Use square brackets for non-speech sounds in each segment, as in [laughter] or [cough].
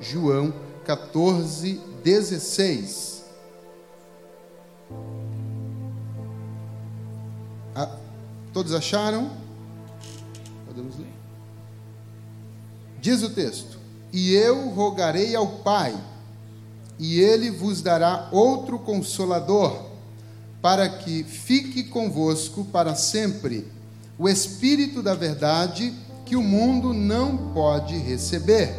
João 14, 16. Ah, todos acharam? Podemos ler. Diz o texto: E eu rogarei ao Pai, e ele vos dará outro consolador, para que fique convosco para sempre, o Espírito da Verdade, que o mundo não pode receber,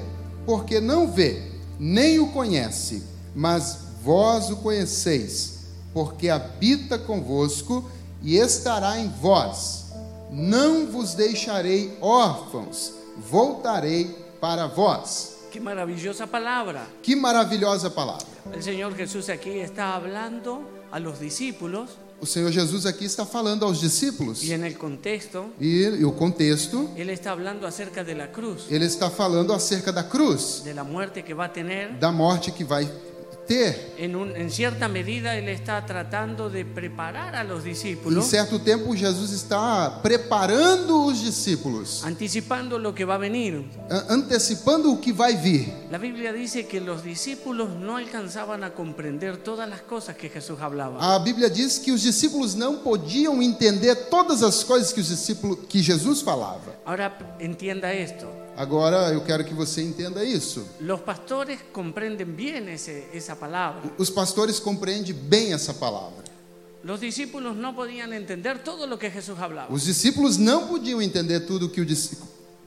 porque não vê, nem o conhece, mas vós o conheceis, porque habita convosco e estará em vós. Não vos deixarei órfãos, voltarei para vós. Qué maravillosa palabra. Que maravilhosa palavra! El Señor Jesús aquí está hablando a los discípulos O Senhor Jesus aqui está falando aos discípulos. y en el contexto E, e o contexto, Él está hablando acerca de la cruz, ele está falando acerca da cruz, de la muerte que va a tener. da morte que vai ter. En, un- en cierta medida Él está tratando de preparar a los Em discípulos, certo tempo, Jesus está preparando os discípulos, anticipando lo que va a venir. a- antecipando o que vai vir. La Biblia dice que los discípulos no alcanzaban a comprender todas las cosas que Jesús hablaba. A Bíblia diz que os discípulos não podiam entender todas as coisas que os discípulos que Jesus falava. Ahora entienda esto. Agora eu quero que você entenda isso. Los pastores comprenden bien ese- esa palabra. Os pastores compreendem bem essa palavra. Los discípulos no podían entender todo lo que Jesús hablaba. Os discípulos não podiam entender tudo que o dis-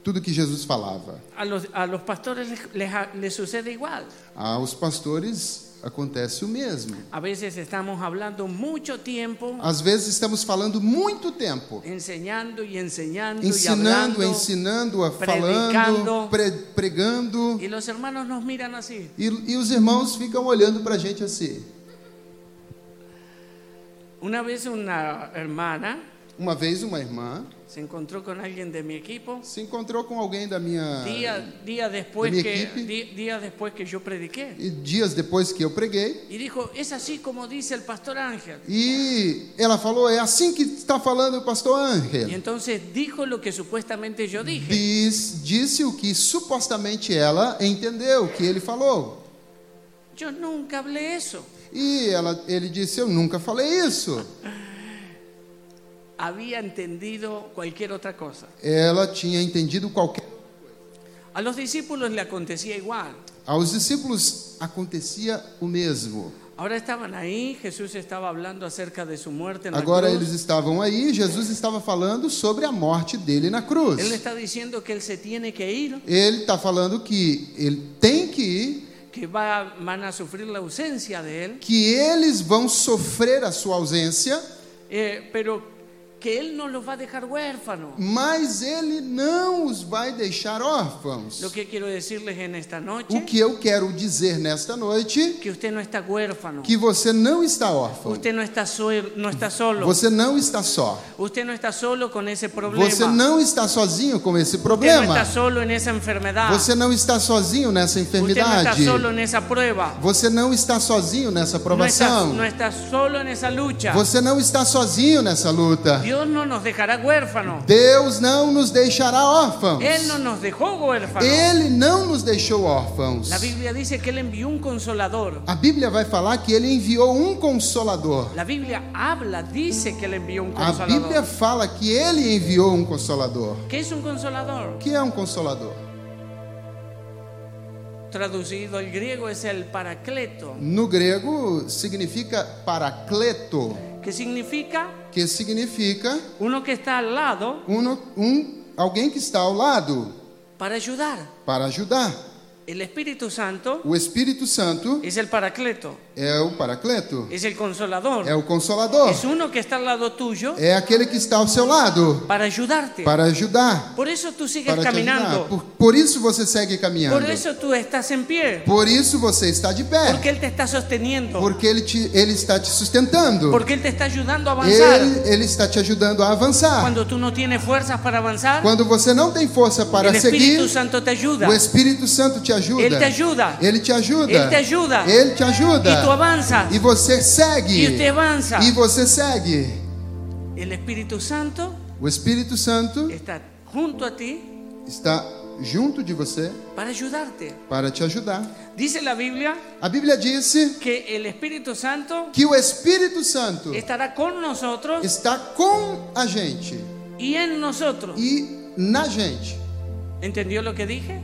tudo que Jesus falava. A los, a los pastores les, les- les sucede igual. Aos Ah, pastores acontece o mesmo. A veces estamos hablando mucho tiempo, Às vezes estamos falando muito tempo, enseñando y enseñando y ensinando, hablando. ensinando, a- falando, predicando. pre- pregando, Y los hermanos nos miran así. e, e os irmãos ficam olhando para a gente assim. Una vez una hermana Uma vez uma irmã se encontró con alguien de mi equipo. se encontrou com alguém da minha Día, día después Ah. De mi que, equipo. di- días después que yo prediqué. e dias depois que eu preguei Y dijo, es así como dice el pastor Ángel. e ela falou é assim que está falando o pastor Y Ángel. entonces dijo lo que supuestamente yo dije. Diz, disse o que supostamente ela entendeu que ele falou Yo nunca hablé eso. e ela ele disse eu nunca falei isso. Había entendido cualquier otra cosa. Ela tinha entendido qualquer A los discípulos le acontecía igual. Aos discípulos acontecia o mesmo. Ahora estaban ahí, Jesús estaba hablando acerca de su muerte en la Agora cruz. eles estavam aí, Jesus estaba falando sobre a morte dele na cruz. Él le está diciendo que él se tiene que ir, Ele está falando que ele tem que ir, que va- van a sufrir la ausencia de él, que eles vão sofrer a sua ausência, eh, pero que él no los va a dejar huérfanos. mas ele não os vai deixar órfãos. Lo que quiero decirles en esta noche, O que eu quero dizer nesta noite, que usted no está huérfano, que você não está órfão. usted no está, sue- no está solo, Você não está só. usted no está solo con ese problema, Você não está sozinho com esse usted no problema. está solo en esa enfermedad, Você não está sozinho nessa usted no está enfermidade. solo en esa prueba, Você não está sozinho nessa no está, provação. no está solo en esa lucha. Você não está sozinho nessa luta. Dios no nos dejará huérfanos. Deus não nos deixará órfãos. Él no nos dejó huérfanos. Ele não nos deixou órfãos. La Biblia dice que Él envió un consolador. A Bíblia vai falar que ele enviou um consolador. La Biblia habla, dice que Él envió un A Bíblia consolador. fala que ele enviou um consolador. ¿Qué es un consolador? O que é um consolador? Traducido al griego es el paracleto, No grego significa paracleto, que significa que significa uno que está al lado um- um, alguém que está ao lado para ayudar. para ajudar. El Espíritu Santo O Espírito Santo es el paracleto, é o paracleto, es el é consolador. o consolador, Es uno que está al lado tuyo é aquele que está ao seu lado para ayudarte. para ajudar, Por eso tú sigues para te ajudar. caminando. Por, por isso você segue caminhando. Por eso tú estás en pie. Por isso você está de pé, Porque Él te está sosteniendo. porque ele, te, ele está te sustentando, Porque Él te está ayudando a avanzar. ele, ele está te ajudando a avançar. Cuando tú no tienes fuerzas para avanzar, Quando você não tem força para el Espíritu seguir, Santo te ayuda. o Espírito Santo te ajuda. Ele te ajuda. Ele te ajuda. Ele te ajuda. Ele te ajuda. Y tú avanzas. E você segue. Y usted avanza. E você segue. El Espíritu Santo O Espírito Santo está junto a ti está junto de você para ayudarte. para te ajudar. Dice la Biblia A Bíblia disse que el Espíritu Santo que o Espírito Santo estará con nosotros está com a gente y en nosotros. e na gente. ¿Entendió lo que dije?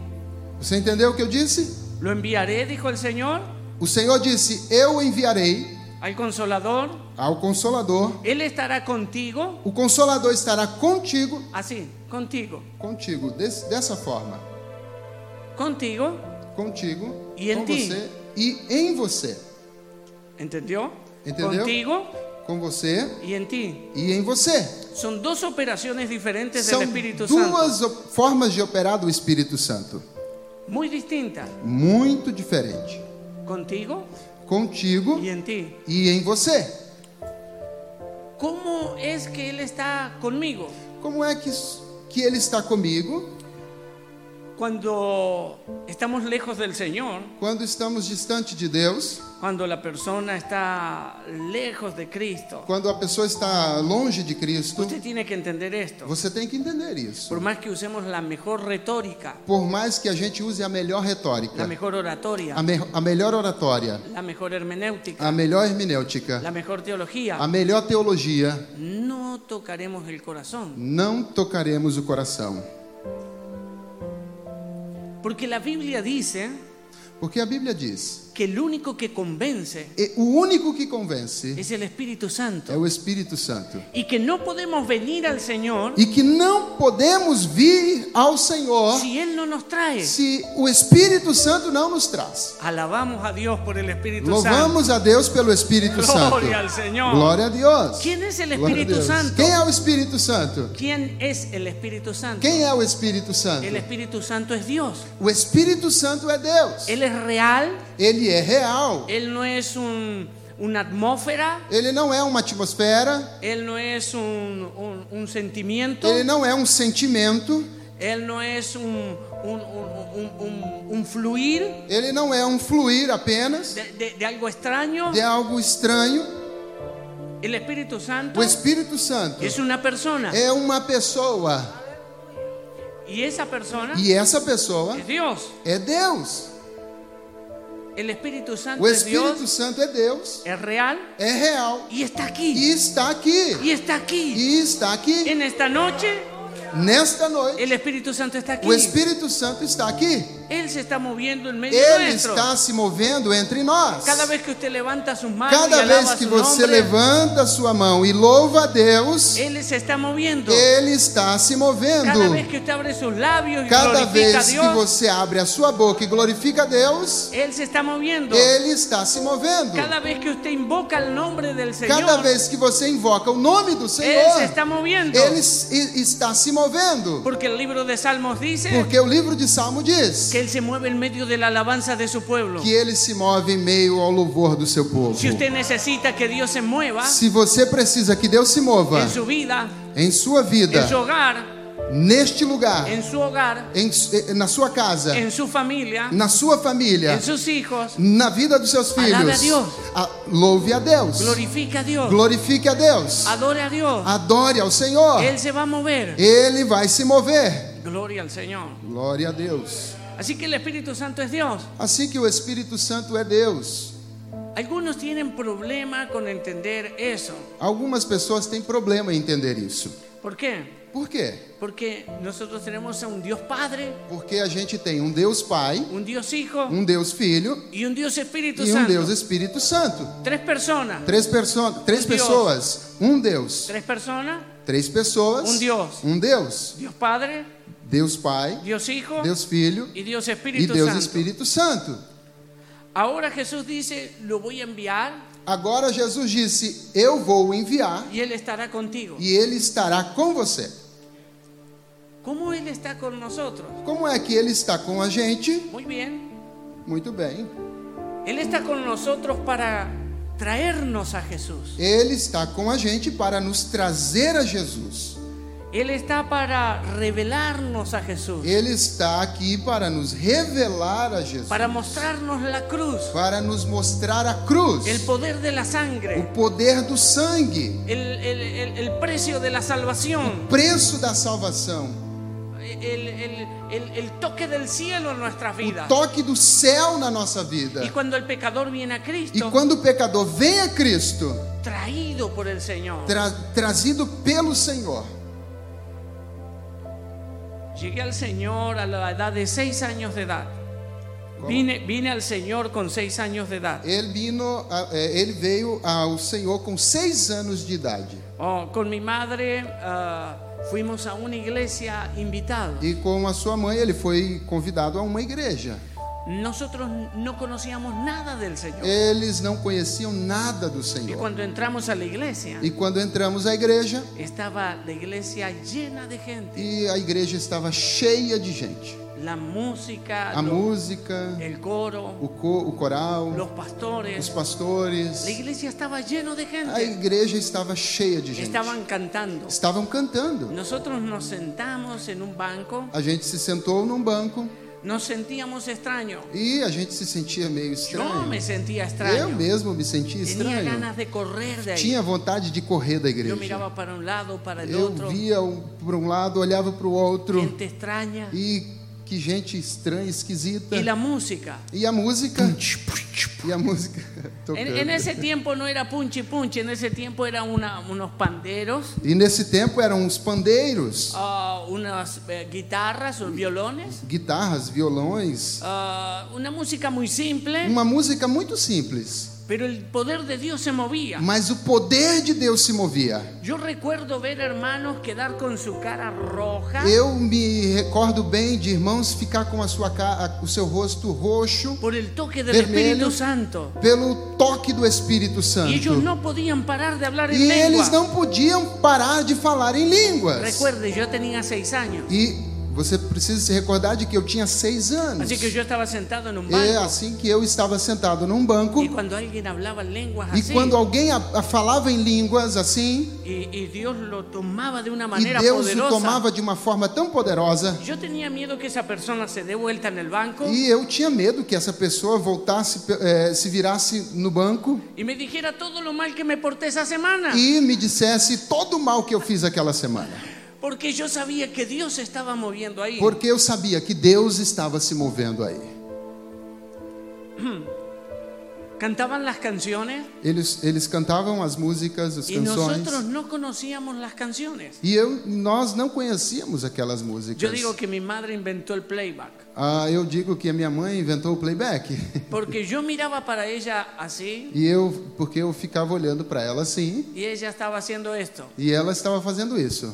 Você entendeu o que eu disse? Lo enviaré, dijo el Señor, O Senhor disse: Eu enviarei al Consolador. ao Consolador. Él estará contigo, O Consolador estará contigo, así, contigo, contigo, des- dessa forma, contigo. contigo, E em com ti. você e em você, ¿Entendió? Entendió. Contigo com você y en ti. e em você. Son dos operaciones diferentes São del Espíritu é Santo, duas o- formas de operar do Espírito Santo, muy distintas. muito diferente. Contigo Contigo y en ti. e em você. ¿Cómo es que Él está conmigo? Como é que s- que ele está comigo Cuando estamos lejos del Señor, quando estamos distante de Deus? cuando la persona está lejos de Cristo, Quando a pessoa está longe de Cristo, usted tiene que entender esto. você tem que entender isso. Por más que usemos la mejor retórica, Por mais que a gente use a melhor retórica, la mejor oratoria, a, me- a melhor oratória, la mejor hermenéutica, a melhor hermenêutica, la mejor a teología, melhor teologia, no tocaremos el corazón. não tocaremos o coração. Porque la Biblia dice Porque a Bíblia diz: que el único que convence "E o único que convence es el Espíritu é Santo. o Espírito Santo. Y que no podemos venir al Señor E que não podemos vir ao Senhor si Él no nos trae. se o Espírito Santo não nos traz. Alabamos a Dios por el Espíritu Santo. Louvamos a Deus pelo Espírito Glória Santo. ao Senhor. Glória a Deus. ¿Quién es el Glória a Espíritu Deus. Santo? Quem é o Espírito Santo? ¿Quién es el Espíritu Santo? Quem é o Espírito Santo? El Espíritu Santo es Dios. O Espírito Santo é Deus. Él es real, Ele é real. Él no es un- una atmósfera, Ele não é uma atmosfera. Él no es un, un- un sentimiento, Ele não é um sentimento. Él no es un, un- un- un- un- un fluir Ele não é um fluir apenas de, de- de algo extraño. de algo estranho. El Espíritu Santo O Espírito Santo es una persona é uma pessoa y esa persona e essa pessoa es Dios. é Deus. El Espíritu Santo O es Espírito Dios, pues, Santo é Deus. es real É real y está aquí. e está aqui. Y está aquí. E está aqui En esta noche, nesta noite. el Espíritu Santo está aquí. O Espírito Santo está aqui. Él se está moviendo en medio Ele nuestro. está se movendo entre nós. Cada vez que usted levanta sus manos y Cada alaba vez que su você nombre, levanta sua mão e louva a Deus, Él se está moviendo. Ele está se Cada vez movendo. que usted abre sus labios y Cada glorifica a vez que Dios, você abre a sua boca e glorifica a Deus, Él se está moviendo. Ele está se movendo. Cada vez que usted invoca el nombre del Señor, Cada vez que você invoca o nome do Él se Senhor, está moviendo. Ele s- e- está se movendo. Porque el libro de Salmos dice Porque o livro de Salmo diz que Él se mueve en medio de la alabanza de su pueblo. que Ele se move em meio ao louvor do seu povo. Si usted necesita que Dios se mueva Se você precisa que Deus se mova en su vida, em sua vida, en su hogar, neste lugar, en su hogar, em su- eh, na sua casa, en su familia, na sua família, en sus hijos, na vida dos seus filhos. Alabe a Deus. A- louve a Deus. glorifica a Dios, Glorifique a Deus. adore a Dios. Adore ao Senhor. Él se va a mover. Ele vai se mover. Gloria al Señor. Glória a Deus. Así que el Espíritu Santo es Dios. Assim que o Espírito Santo é Deus. Algunos tienen problema con entender eso. Algumas pessoas têm problema em entender isso. ¿Por qué? Por quê? Porque nosotros tenemos a un Dios Padre, Porque a gente tem um Deus Pai, un Dios Hijo um Deus Filho Mm. y un Dios Espíritu e um Deus Santo. Espírito Santo. Tres personas. Três, perso três Um Deus. pessoas, um Deus. Tres personas. Três pessoas, Um Deus. um Deus. Dios Padre, Deus Pai, Dios Hijo Deus Filho y Dios e Espíritu Deus Santo. Espírito Santo. Ahora Jesús dice, lo voy a enviar Agora Jesus disse: Eu vou enviar y Él estará contigo. e ele estará com você. ¿Cómo Él está con nosotros? Como é que ele está com a gente? Muy bien. Muito bem. Él está con nosotros para traernos a Jesús. Ele está com a gente para nos trazer a Jesus. Él está para revelarnos a Jesús, Ele está aqui para nos revelar a Jesus, para mostrarnos la cruz, para nos mostrar a cruz, el poder de la o sangre, poder do sangue, el, el- el- el precio de la salvación, preço da salvação. eh, el- el- el- el toque del cielo en nuestras o vidas. toque do céu na nossa Y vida. cuando el pecador viene a E Cristo, quando o pecador vem a Cristo, traído por el Señor, tra- trazido pelo Senhor, llegué al Señor a la edad de seis años de edad. ¿Cómo? Vine, vine al Señor con seis años de edad, ele, vino, a- é, ele veio ao Senhor com seis anos de idade. Oh, con mi madre ah, fuimos a una iglesia invitados. E com a sua mãe, ele foi convidado a uma igreja. Nosotros no conocíamos nada del Señor. Eles não conheciam nada do Y Senhor. cuando entramos a la iglesia, E quando entramos à igreja, estaba la iglesia llena de gente. e a igreja estava cheia de gente. La música, uh, A lo- música, el coro, o, co, o los coral, os pastores. pastores. La iglesia estaba lleno de A gente. igreja estava cheia de gente. Estaban cantando. Estavam cantando. Nosotros nos sentamos en un banco, A gente se sentou num banco nos sentíamos extraños. e a gente se sentia meio Yo estranho. me sentía Eu extraño. mesmo me sentia Tenía estranho. ganas de correr de ahí. Tinha vontade de correr da Yo igreja. miraba para un lado, para el Eu otro. via um, para um lado, olhava para o outro. Gente extraña. E que gente estranha, esquisita. Y la música. E a música. E a música. [laughs] En, tocando. en ese tiempo no era punchi punchi, en ese tiempo era una- unos panderos, E nesse tempo eram os pandeiros, ah, unas eh, guitarras o violones, guitarras, violões. ah, una música muy simple, Uma música muito simples. pero el poder de Dios se movía. Mas o poder de Deus se movia. Yo recuerdo ver hermanos quedar con su cara roja Eu me recordo bem de irmãos ficar com a sua ca- o seu rosto roxo por el toque del Vermelho. Espíritu Santo. pelo toque do Espírito Y ellos Santo. no podían parar de hablar en E lengua. eles não podiam parar de falar em línguas. Recuerde, yo tenía seis años, E você precisa se recordar de que eu tinha seis anos. así Assim que yo estaba sentado en un É banco assim que eu estava sentado num banco y cuando alguien hablaba lenguas e así, quando alguém a, a falava em línguas assim Y, y Dios lo tomaba de una e manera Deus o poderosa. tomava de uma forma tão poderosa Yo tenía miedo que esa persona se dé vuelta en el banco y, e eu tinha medo que essa pessoa voltasse pe- eh, se virasse no banco me dijera todo lo mal que me porté esa semana. e me dissesse todo o mal que eu fiz aquela semana Porque yo sabía que Dios se estaba moviendo ahí. porque eu sabia que Deus estava se movendo aí Cantaban las canciones eles eles cantavam as músicas as y canções nosotros no conocíamos las canciones. e eu nós não conhecíamos aquelas músicas Yo digo que mi madre inventó el playback. ah, eu digo que a minha mãe inventou o playback [laughs] Porque yo miraba para ella así E eu, porque eu ficava olhando para ela assim, y ella estaba haciendo esto. e ela estava fazendo isso.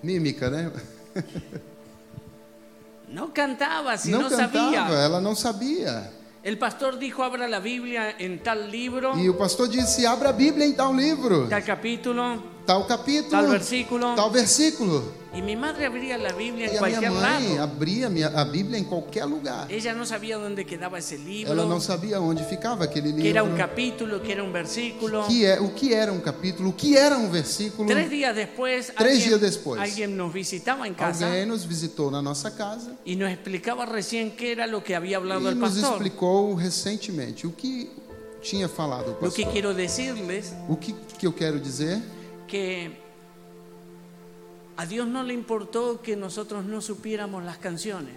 Mímica, né? No cantaba, si no, não cantava, sabía. ela não sabia. El pastor dijo, abra la Biblia en tal libro, E o pastor disse: "Abra a Bíblia em tal livro, tal capítulo, tal capítulo, tal versículo. tal Tá versículo". Y mi madre abría la Biblia en E a minha cualquier mãe É lado. abria a minha- a Bíblia em qualquer lugar. Ella no sabía dónde quedaba esse Ela não libro, sabia onde ficava aquele que era un livro. capítulo, que era un versículo. Que é, o que era um capítulo, o que era um versículo. Tres días después, Tres alguien, días después. alguien nos visitaba en casa Alguém nos visitou na nossa casa y nos explicaba recién qué era lo que había hablado e el nos pastor. explicou recentemente o que tinha falado o Lo que pastor. quiero decirles O que, que eu quero dizer? que a Dios no le importó que nosotros no supiéramos las canciones.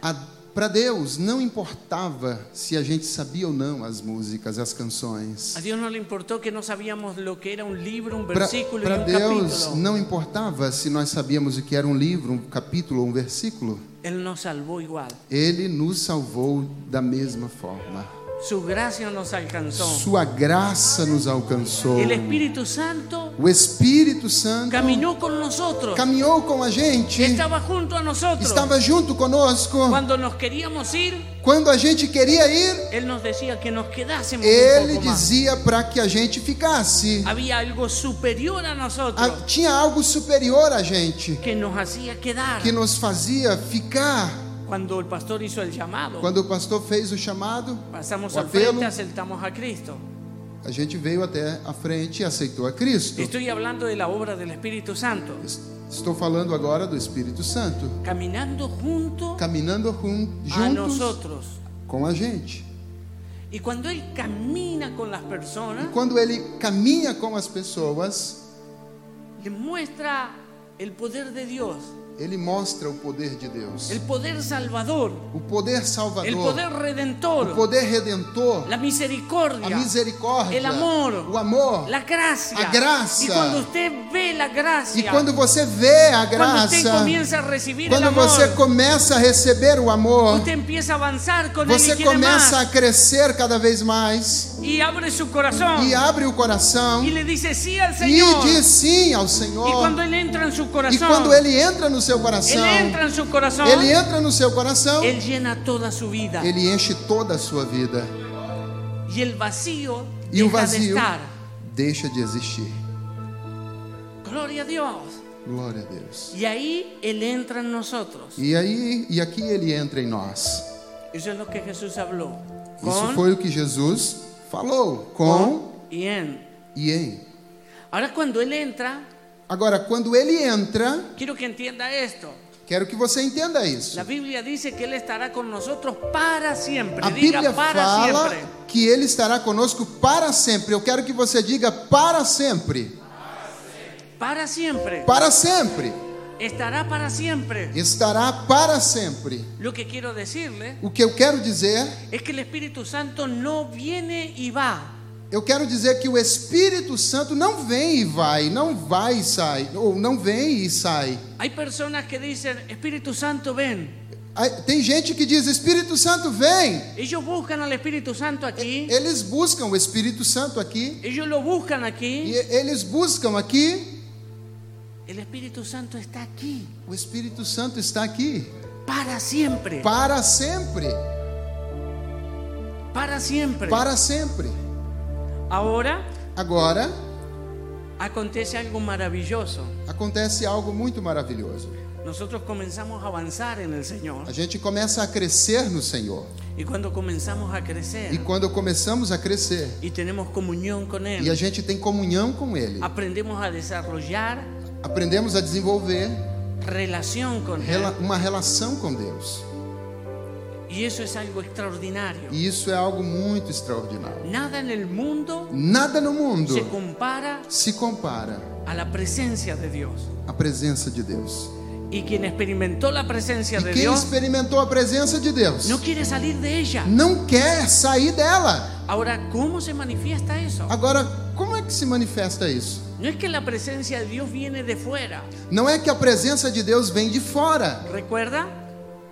Para Deus não importava se a gente sabia ou não as músicas, as canções. A Dios no le importó que no sabíamos lo que era un libro, un versículo Para y un Deus capítulo. não importava se nós sabíamos o que era um livro, um capítulo ou um versículo. Él nos salvó igual. Ele nos salvou da mesma forma. Su gracia nos alcanzó. Sua graça nos alcançou. El Espíritu Santo O Espírito Santo caminó con nosotros. caminhou com a gente, Estaba junto a nosotros. estava junto conosco. Cuando nos queríamos ir, Quando a gente queria ir, Él nos decía que nos quedásemos un ele poco más. dizia para que a gente ficasse. Había algo superior a nosotros A- tinha algo superior a gente que nos hacía quedar. que nos fazia ficar. Cuando el pastor hizo el llamado, Quando o pastor fez o chamado, pasamos o al frente, apelo. aceptamos a Cristo. a gente veio até a frente e aceitou a Cristo. Estoy hablando de la obra del Espíritu Santo. Es- Estou falando agora do Espírito Santo Caminando junto caminhando jun- a juntos nosotros. com a gente. Y cuando Él camina con las E personas, quando ele caminha com as pessoas, le muestra el poder de Dios. Ele mostra o poder de Deus. el poder salvador, O poder salvador. el poder redentor, o poder redentor. la misericordia, a misericórdia. el amor, O amor. la gracia. a graça. Y cuando usted ve la gracia, E quando você vê a cuando usted graça, comienza a recibir el quando amor, você começa a receber o amor, usted empieza a avanzar con él y você quiere começa a más. crescer cada vez mais y abre su corazón e abre o coração y le dice sí al e Señor. diz sim ao Y Senhor. cuando él entra en su E corazón, quando ele entra no seu coração, él entra en su corazón, ele entra no seu coração, él llena toda su vida ele enche toda a sua vida y el vacío e o deja de vazio estar. deixa de existir. Gloria a Dios. Glória a Deus. Y ahí él entra en nosotros. E aí e aqui ele entra em nós. Eso es lo que Jesús habló. Isso Con, foi o que Jesus falou com y en. e em. Ahora cuando él entra, Agora, quando ele entra, quiero que entienda esto. Quero que você entenda isso. La Biblia dice que él estará con nosotros para siempre. A Bíblia Diga para fala siempre. que Ele estará conosco para sempre. Eu quero que você diga para sempre. Para siempre. Para sempre. Estará para siempre. Estará para sempre. Lo que quiero decirle O que eu quero dizer, es que el Espíritu Santo no viene y va. eu quero dizer que o Espírito Santo não vem e vai, não vai e sai, ou não vem e sai. Hay personas que dicen, Espíritu Santo, ven. Aí, Tem gente que diz: Espírito Santo, vem. Ellos buscan al Espíritu Santo aquí, Eles buscam o Espírito Santo aqui, ellos lo buscan e aquí. eles buscam aqui. El Espíritu Santo está aquí O Espírito Santo está aqui para siempre, para sempre. para siempre. para sempre. Ahora Agora acontece algo maravilloso. acontece algo muito maravilhoso. Nosotros comenzamos a avanzar en el Señor A gente começa a crescer no Senhor. y cuando comenzamos a E crecer quando começamos a crescer y tenemos comunión con e a Él, gente tem comunhão com Ele, aprendemos a desarrollar aprendemos a desenvolver relación con Él. rela- uma relação com Deus. Y eso es algo extraordinario. E isso é algo muito extraordinário. Nada en el mundo Nada no mundo se compara se compara a la presencia de Dios. à presença de Deus. Y quien experimentó la presencia E de quem Dios experimentou a presença de Deus no quiere salir de ella. não quer sair dela. Ahora, ¿cómo se manifiesta eso? Agora, como é que se manifesta isso? No es que la presencia de Dios viene de fuera. Não é que a presença de Deus vem de fora. Recuerda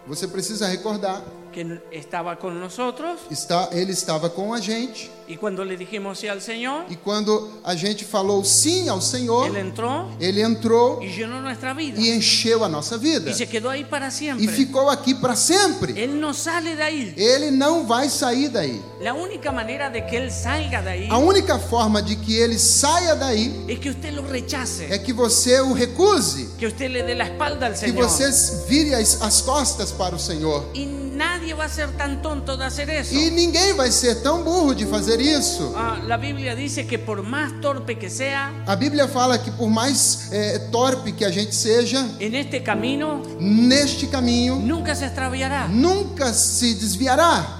Você precisa recordar, que estaba con nosotros está, ele estava com a gente y cuando le dijimos sí al Señor, e quando a gente falou sim ao Senhor, Él entró ele entrou y llenó nuestra vida. e encheu a nossa vida Y se quedó ahí para e siempre. ficou aqui para sempre. Él no sale de ahí. Ele não vai sair daí. La única manera de que Él salga de ahí A única forma de que ele saia daí es que usted lo rechace. é que você o recuse, que usted le dé la espalda al que Señor. você vire as, as costas para o Senhor. Y nadie va a ser tan tonto de hacer eso. E ninguém vai ser tão burro de fazer isso. Ah, la Biblia dice que por más torpe que sea, A Bíblia fala que por mais eh, torpe que a gente seja, en este camino neste caminho nunca se extraviará. nunca se desviará.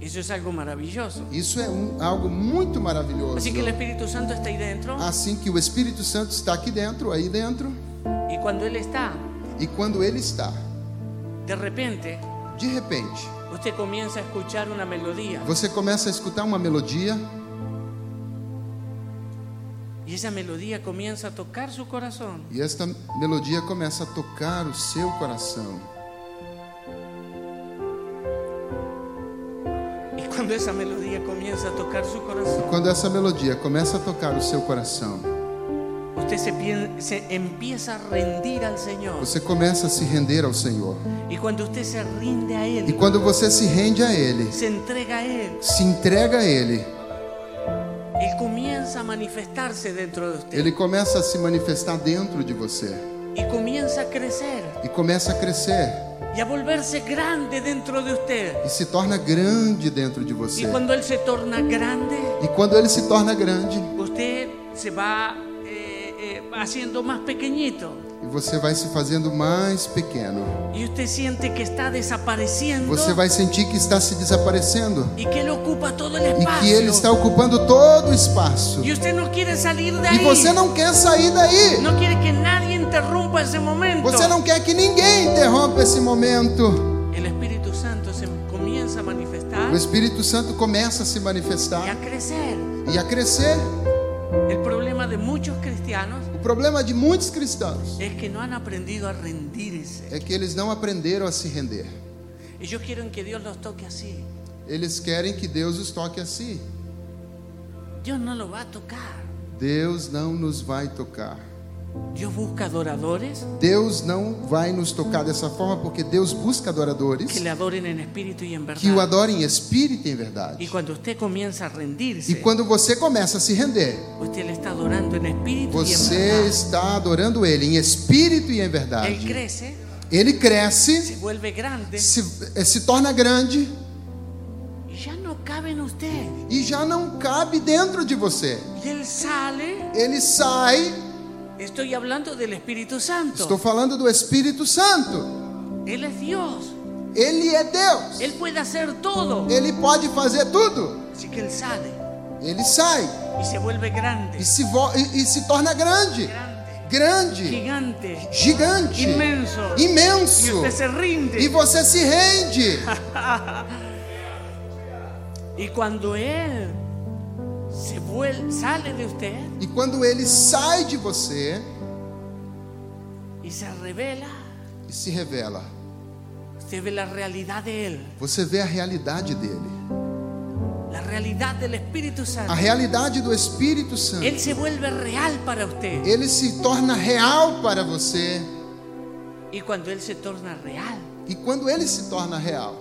Eso es algo maravilloso. Isso é um- algo muito maravilhoso. Así que é el Espíritu Santo está ahí dentro Assim que o Espírito Santo está aqui dentro, aí dentro, y cuando Él está, e quando ele está, de repente de repente, usted comienza a escuchar una melodía você começa a escutar uma melodia y esa melodía comienza a tocar su corazón. e esta melodia começa a tocar o seu coração. Y cuando esa melodía comienza a tocar su corazón, Quando essa melodia começa a tocar o seu coração, usted se, pien- se empieza a rendir al Señor. você começa a se render ao Senhor. Y cuando usted se rinde a E Él, quando você se rende a Ele, se entrega a Él, se entrega a Ele, Él comienza a manifestarse dentro de usted Ele começa a se manifestar dentro de você y comienza a crecer e começa a crescer y a volverse grande dentro de usted. e se torna grande dentro de você. Y cuando Él se torna grande, E quando ele se torna grande, usted se va eh, eh, haciendo más pequeñito e você vai se fazendo mais pequeno. y usted siente que está desapareciendo Você vai sentir que está se desaparecendo y que Él ocupa todo el e que ele está espacio. ocupando todo o espaço. Y usted no quiere salir de E ahí. você não quer sair daí. No quiere que nadie interrumpa ese momento. Você não quer que ninguém interrompa esse momento. El Espíritu Santo se comienza a manifestar O Espírito Santo começa a se y a manifestar crecer. e a crescer. El problema de muchos cristianos O problema de muitos cristãos es que no han aprendido a rendirse. é que eles não aprenderam a se render. Y yo quiero que Dios los toque así. Eles querem que Deus os toque assim. Dios no lo va a tocar. Deus não nos vai tocar. Dios busca adoradores Deus não vai nos tocar dessa forma porque Deus busca adoradores que le adoren en espíritu y en que o verdad. adorem em espírito e em Y verdade. cuando usted comienza a E rendirse, quando você começa a se render, usted le está adorando en espíritu y en você verdad. está adorando Ele em espírito e em Él verdade. crece, Ele se cresce, vuelve grande se, eh, se torna grande y ya no cabe en usted. e já não cabe dentro de você. Y él sale. Ele sai. Estoy hablando del Espíritu Estou Santo. falando do Espírito Santo. Él es Dios. Ele é Deus. Él puede hacer todo. Ele pode fazer tudo. Así que él sale Ele sai y se vuelve grande. e se, vo- e- e se torna grande, grande, grande, gigante, gigante, inmenso. Y imenso. usted se rinde. E você se rende. Y cuando él se vuel- sale de usted E quando ele sai de você y se revela, e se revela, usted ve la realidad de él, você vê a realidade dele, la realidad del Espíritu Santo. a realidade do Espírito Santo. Él se vuelve real para usted. Ele se torna real para você. Y cuando él se torna real, E quando ele se torna real,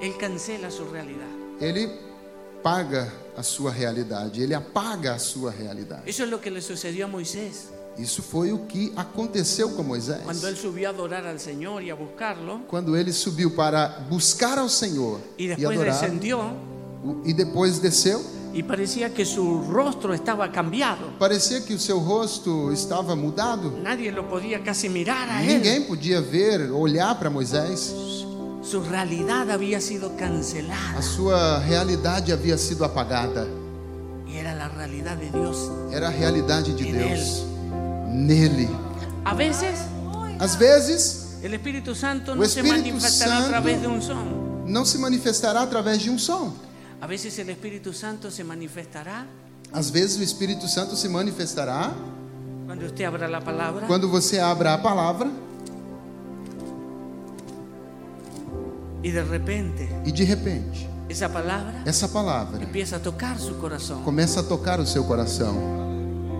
él cancela su realidad. ele paga a sua realidade, ele apaga a sua realidade. Eso es lo que le sucedió a Moisés Isso foi o que aconteceu com cuando él Moisés. subió a adorar al Señor y a buscarlo. Quando ele subiu para buscar ao Senhor Y e después adorar, descendió o- e depois desceu, y parecía que su rostro estaba cambiado. parecia que o seu rosto estava mudado. Nadie lo podía casi mirar Ah, a él. Ninguém podia ver, olhar para Moisés. Su realidad había sido cancelada A sua realidade havia sido apagada. y era la realidad de Dios. Era a realidade de E Deus. Nele. A veces Às vezes, el Espíritu Santo O no se Espíritu manifestará Santo- a través de un son. não se manifestará através de um som. A veces el Espíritu Santo se manifestará Às vezes, o Espírito Santo se manifestará cuando usted abra la palabra. quando você abra a palavra Y de repente e, de repente, esa palabra essa palavra empieza a tocar su corazón começa a tocar o seu coração,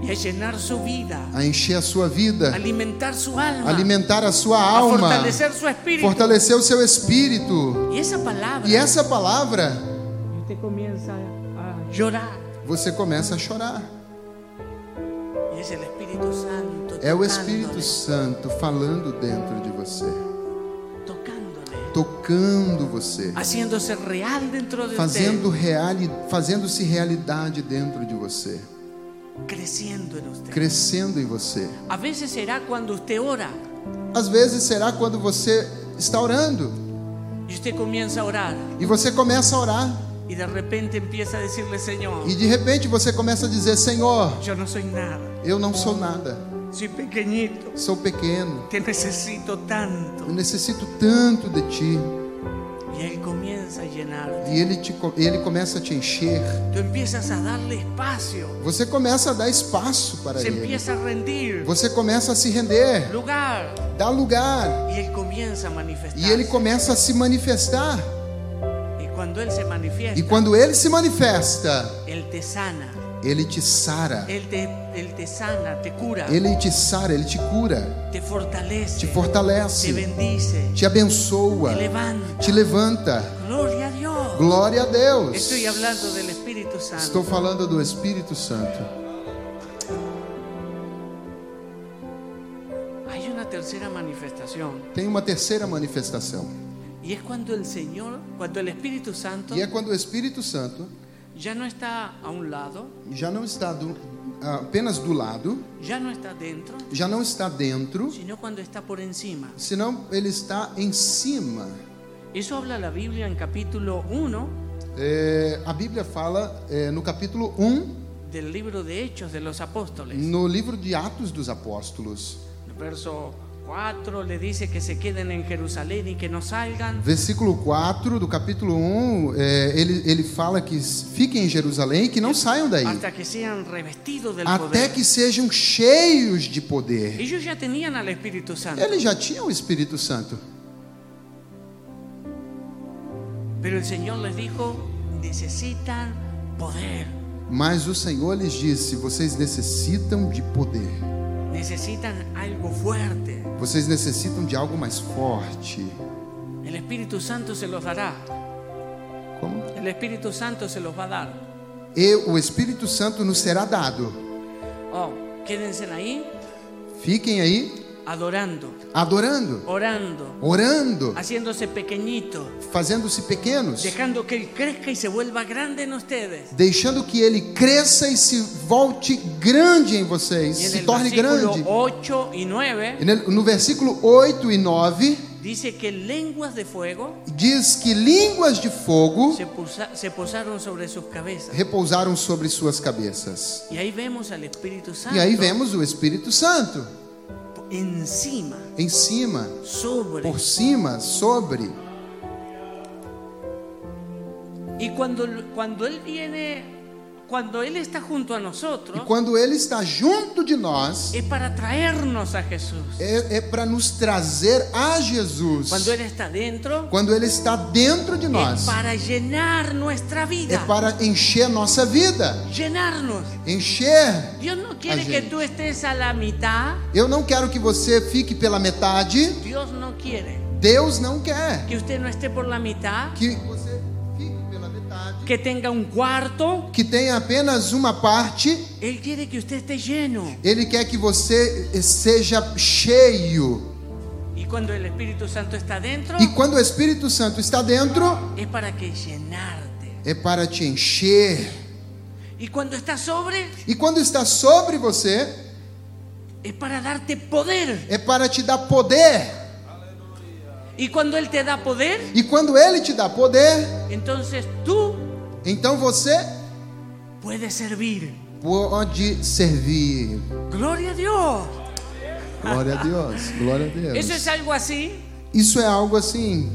y a llenar su vida, a encher a sua vida, a alimentar su alma, alimentar a sua a alma, fortalecer su espíritu. fortalecer o seu espírito. Y esa palabra, E essa palavra, y usted comienza a llorar. você começa a chorar. Y es el Espíritu Santo É o tocándole, Espírito Santo falando dentro de você, tocándole, tocando você, haciéndose real dentro de fazendo reali, fazendo-se realidade dentro de você, usted, creciendo en usted. crescendo em você. A veces será cuando usted ora Às vezes será quando você está orando y usted comienza a orar e você começa a orar y de repente empieza a decirle, Señor, e de repente você começa a dizer: Senhor, yo no soy nada, eu não sou nada, soy pequeñito, sou pequeno, te necesito eu tanto. necessito tanto de Ti. Y Él comienza a llenar. E Ele te, co- Ele começa a te encher. Tú empiezas a darle espacio, Você começa a dar espaço para se Ele. empieza a rendir Você começa a se render, lugar dar lugar. y Él comienza a manifestar. E ele começa a se manifestar. Y cuando Él se manifiesta, E quando ele se manifesta, Él te sana. ele te sara. Él te, Él te sana, te cura, Ele te sara, ele te cura, te te fortalece, te fortalece, bendice, te abençoa, te levanta. te levanta. Gloria a Dios. Glória a Deus. Estoy hablando del Espíritu Santo. Estou falando do Espírito Santo. Hay una tercera manifestación Tem uma terceira manifestação. y es cuando el Señor, cuando el Espíritu Santo E é quando o Espírito Santo ya no está a un lado, já não está do- ah, apenas do lado, ya no está dentro, já não está dentro, sino cuando está por encima. senão ele está em cima. Eso habla la Biblia en capítulo 1 É, a Bíblia fala é, no capítulo 1, Mm. del libro de Hechos de los Apóstoles. No livro de Atos dos Apóstolos, verso 4 le dice que se queden en Jerusalén y que no salgan. Versículo 4 do capítulo 1, é, ele, ele fala que fiquem em Jerusalém e que não saiam daí, hasta que sean revestidos del até poder. que sejam cheios de poder. Ellos ya tenían al Espíritu Santo, Eles já tinham o Espírito Santo, pero el Señor les dijo, necesitan poder, mas o Senhor lhes disse: vocês necessitam de poder, necesitan algo fuerte. vocês necessitam de algo mais forte. El Espíritu Santo se los dará, Como? el Espíritu Santo se los va a dar. E o Espírito Santo nos será dado. Oh, quédense ahí Fiquem aí adorando, adorando, orando, orando, haciéndose pequeñito, fazendo-se pequenos. dejando que Él crezca y se vuelva grande en ustedes. deixando que ele cresça e se volte grande em vocês, Y en se el torne versículo grande. 8 y 9 E ne- No versículo 8 e 9, dice que lenguas de fuego diz que línguas de fogo se, posa- se posaron sobre sus cabezas. repousaram sobre suas cabeças. Y ahí vemos al Espíritu Santo E aí vemos o Espírito Santo encima, em cima, sobre. por cima, sobre. Y cuando, cuando Él viene, cuando Él está junto a E nosotros, quando ele está junto de nós, es para traernos a Jesús. é, é para nos trazer a Jesus. Cuando Él está dentro, Quando ele está dentro de es nós, para llenar nuestra é vida. para encher nossa vida, Llenarnos. encher Dios no quiere que gente. tú estés a la mitad. Eu não quero que você fique pela metade. Dios no quiere Deus não quer que usted no esté por la mitad, que você fique pela metade. que tenga un cuarto. Que tenha apenas uma parte. Él quiere que usted esté lleno. Ele quer que você seja cheio. Y cuando el Espíritu Santo está dentro, E quando o Espírito Santo está dentro, es para que llenarte. é para te encher. Y cuando está sobre, E quando está sobre você, es para darte poder. é para te dar poder. Y cuando Él te da poder, E quando ele te dá poder, entonces tú então você puedes servir. pode servir. Gloria a Dios. Glória a Deus, glória a Deus. Eso es algo así. Isso é algo assim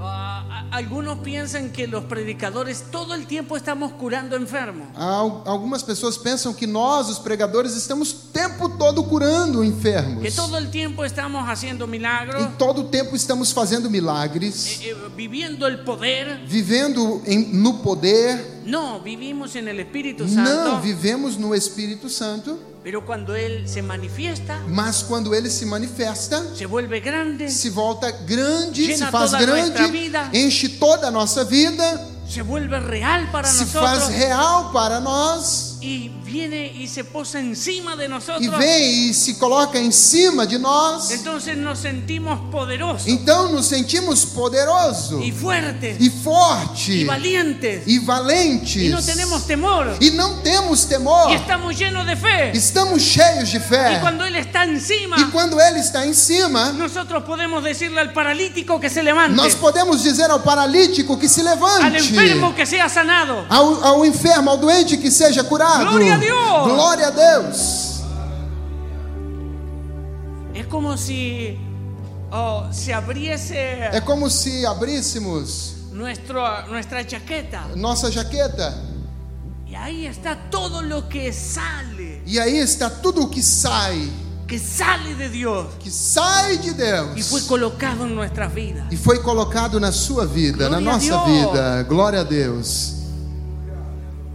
A- a- Algunos piensan que los predicadores todo el tiempo estamos curando enfermos. Al- Algumas pessoas pensam que nós, os pregadores, estamos o tempo todo curando enfermos. Que todo el tiempo estamos haciendo milagros, E todo o tempo estamos fazendo milagres, eh, eh, viviendo el poder. vivendo em- no poder. No, vivimos en el Espíritu Não, Santo. vivemos no Espírito Santo, Pero cuando Él se manifiesta, mas quando ele se manifesta, se vuelve grande, se volta grande, Llena se faz toda grande, nuestra vida. enche toda a nossa vida, se vuelve real para se nosotros faz real para nós. y viene y se posa encima de E nosotros. vem e se coloca em cima de nós. Entonces nos sentimos poderosos Então nos sentimos poderoso y fuertes e y forte. valientes e valentes. y no tenemos temor E não temos temor. y estamos llenos de fe. Estamos cheios de fé. Y cuando Él está encima, E quando Ele está em cima, nosotros podemos decirle al paralítico que se levante, nós podemos dizer ao paralítico que se al levante. enfermo que sea sanado. Ao, ao enfermo, ao doente que seja curado. Glória a Deus. Glória a Deus. Es como si oh, se abriese É como se abríssemos nuestro, nuestra chaqueta nossa jaqueta y ahí está todo lo que sale, e aí está tudo o que sai, que sale de Dios que sai de y Deus fue colocado en nuestras vidas. e foi colocado na sua vida, na Glória a nossa Deus. vida. Glória a Deus.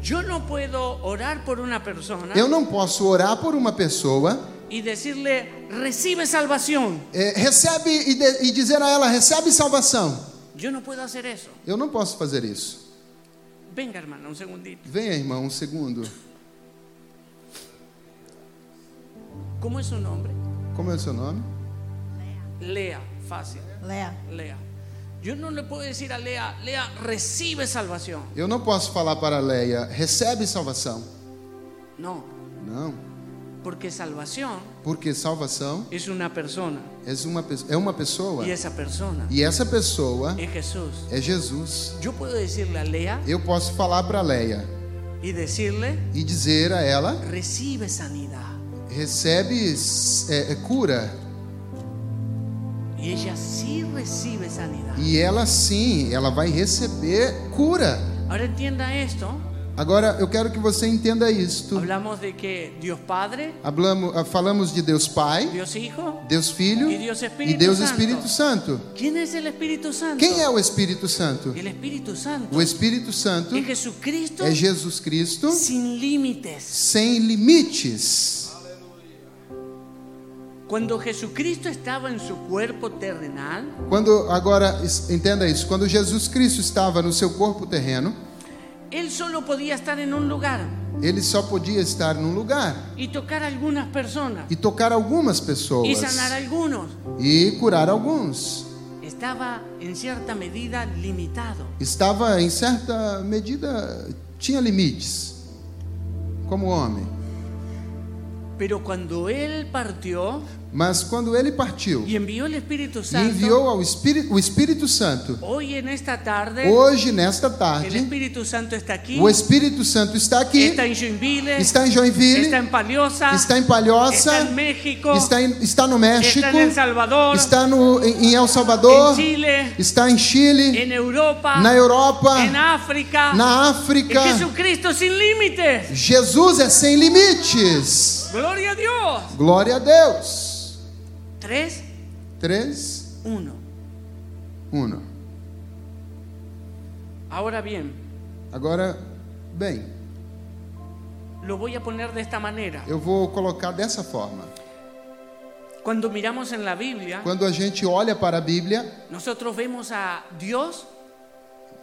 Yo no puedo orar por una persona Eu não posso orar por uma pessoa y decirle, recibe salvación. É, recebe e, de- e dizer a ela: recebe salvação. Yo no puedo hacer eso. Eu não posso fazer isso. Venga, hermana, un segundito. Venha, irmão, um segundo. ¿Cómo es su nombre? Como é o seu nome? Lea, fácil. Lea, Lea. Yo no le puedo decir a Lea, Lea, recibe salvación. Eu não posso falar para a Leia: recebe salvação. No, Não, porque salvación porque salvação es una persona é uma, pe- é uma pessoa y esa persona e essa pessoa es Jesús. é Jesus. Yo puedo decirle a Lea Eu posso falar para a Leia y decirle, e dizer a ela: recibe sanidad. recebe é, cura. Y ella sí recibe sanidad. E ela sim, ela vai receber cura. Ahora entienda esto. Agora eu quero que você entenda isto. Hablamos de que Dios Padre, Hablamo- ah, falamos de Deus Pai, Dios Hijo. Deus Filho E Deus Espírito e Deus Santo. Espírito Santo. ¿Quién es el Espíritu Santo? Quem é o Espírito Santo? El Espíritu Santo O Espírito Santo Pues, es Jesucristo é Jesus Cristo sin límites. sem limites. Cuando Jesucristo estaba en su cuerpo terrenal, Quando agora es- entenda isso, quando Jesus Cristo estava no seu corpo terreno, él solo podía estar en un lugar ele só podia estar num lugar y tocar a algunas personas e tocar algumas pessoas y sanar a algunos. e curar alguns. Estaba en cierta medida limitado. Estava em certa medida tinha limites como homem. Pero cuando él partió Mas quando ele partiu y envió el Espíritu e Santo, enviou ao Espírito, o Espírito Santo, hoy en esta tarde, hoje nesta el tarde, Espíritu Santo está aquí, o Espírito Santo está aqui, está en Joinville, está em Joinville, está en Paliosa, está em Palhoça, está en México, está, em- está no México, está en El Salvador, está no, em, em El Salvador, en Chile, está em Chile, en Europa, na Europa, en África. na Es África. Jesucristo sin límites. Jesus é sem limites. Gloria a Dios. Glória a Deus. 3, 3, 1. 1. Ahora bien, Agora, bem, lo voy a poner de esta manera. eu vou colocar dessa forma. Cuando miramos en la Biblia, Quando a gente olha para a Bíblia, nosotros vemos a Dios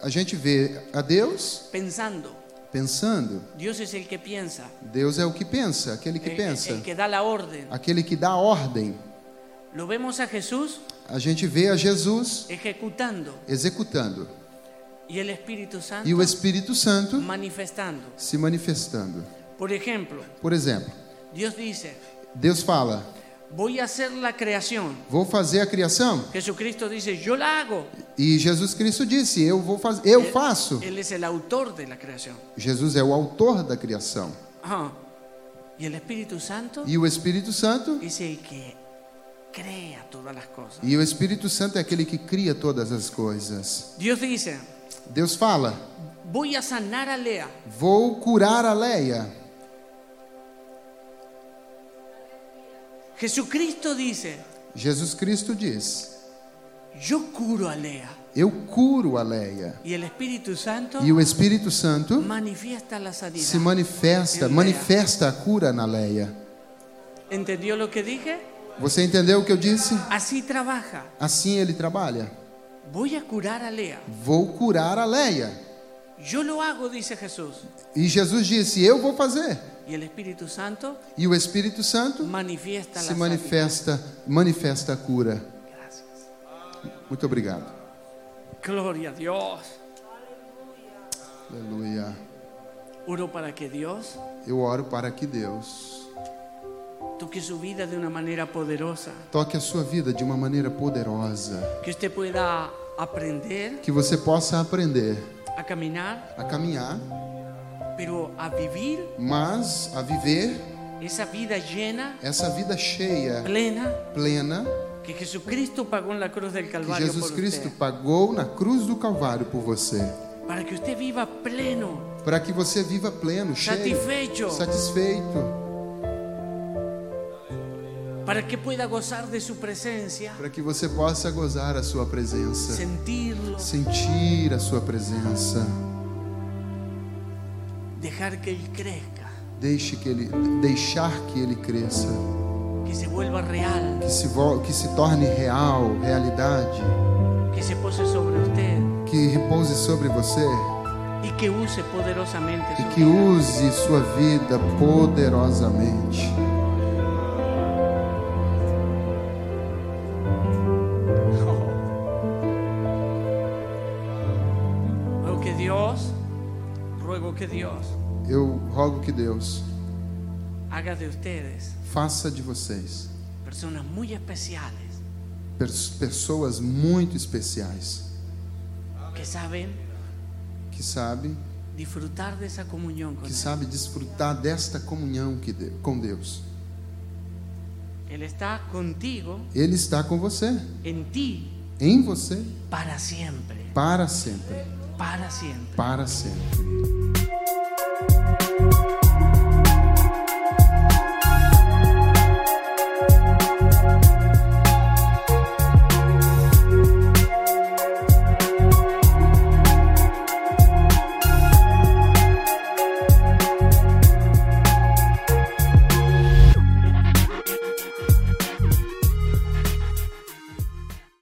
a gente vê a Deus pensando. pensando. Dios es el que piensa, Deus é o que pensa, aquele que el- pensa, el que da la orden. aquele que dá ordem. Lo vemos a Jesús A gente vê a Jesus ejecutando executando y el Espíritu Santo e o Espírito Santo manifestando. se manifestando. Por ejemplo, Por exemplo, Dios dice, Deus fala: voy a hacer la creación. "Vou fazer a criação", Jesucristo dice, yo la hago. e Jesus Cristo disse: "Eu vou fazer, eu faço". Él es el autor de la creación. Jesus é o autor da criação. Ajá. Y el Espíritu Santo E o Espírito Santo es el que crea todas las cosas. E o Espírito Santo é aquele que cria todas as coisas. Dios dice, Deus fala: voy a sanar a Lea. Vou curar a Leia. Jesucristo dice, Jesus Cristo diz: yo curo a Lea. Eu curo a Leia. Y el Espíritu Santo E o Espírito Santo manifiesta la sanidad. se manifesta, Em Leia. manifesta a cura na Leia. ¿Entendió lo que dije? Você entendeu o que eu disse? Así trabaja. Assim ele trabalha. Voy a curar a Lea. Vou curar a Leia. Yo lo hago, dice Jesús. E Jesus disse: Eu vou fazer. Y el Espíritu Santo E o Espírito Santo manifiesta la se sanidad. manifesta, manifesta a cura. Gracias. Muito obrigado. Gloria a Dios. Aleluia. Oro para que Dios Eu oro para que Deus toque su vida de una manera poderosa. Toque a sua vida de uma maneira poderosa, que usted pueda aprender que você possa aprender a caminar, a caminhar, pero a vivir mas a viver esa vida llena, essa vida cheia, plena, plena, que Jesucristo pagó en la cruz del que Calvario Jesus por Cristo usted. pagou na cruz do Calvário por você, Para que usted viva pleno, para que você viva pleno, cheio, satisfecho, satisfeito, para que pueda gozar de su presencia, para que você possa gozar a sua presença, sentirlo, sentir a sua presença. dejar que Él crezca, Deixe que ele deixar que ele cresça, que se vuelva real, que se vol que se torne real, realidade, que se pose sobre usted que repouse sobre você. y que use poderosamente e su que vida. use sua vida poderosamente. Ruego que Dios, ruego que Dios Eu rogo que Deus haga de ustedes faça de vocês personas muy especiales pers- pessoas muito especiais que saben que sabe, disfrutar de esa comunión con que Él. sabe desfrutar desta comunhão que de- com Deus. Él está contigo, Ele está com você, en ti, em você, para siempre, para sempre. para siempre. Para sempre.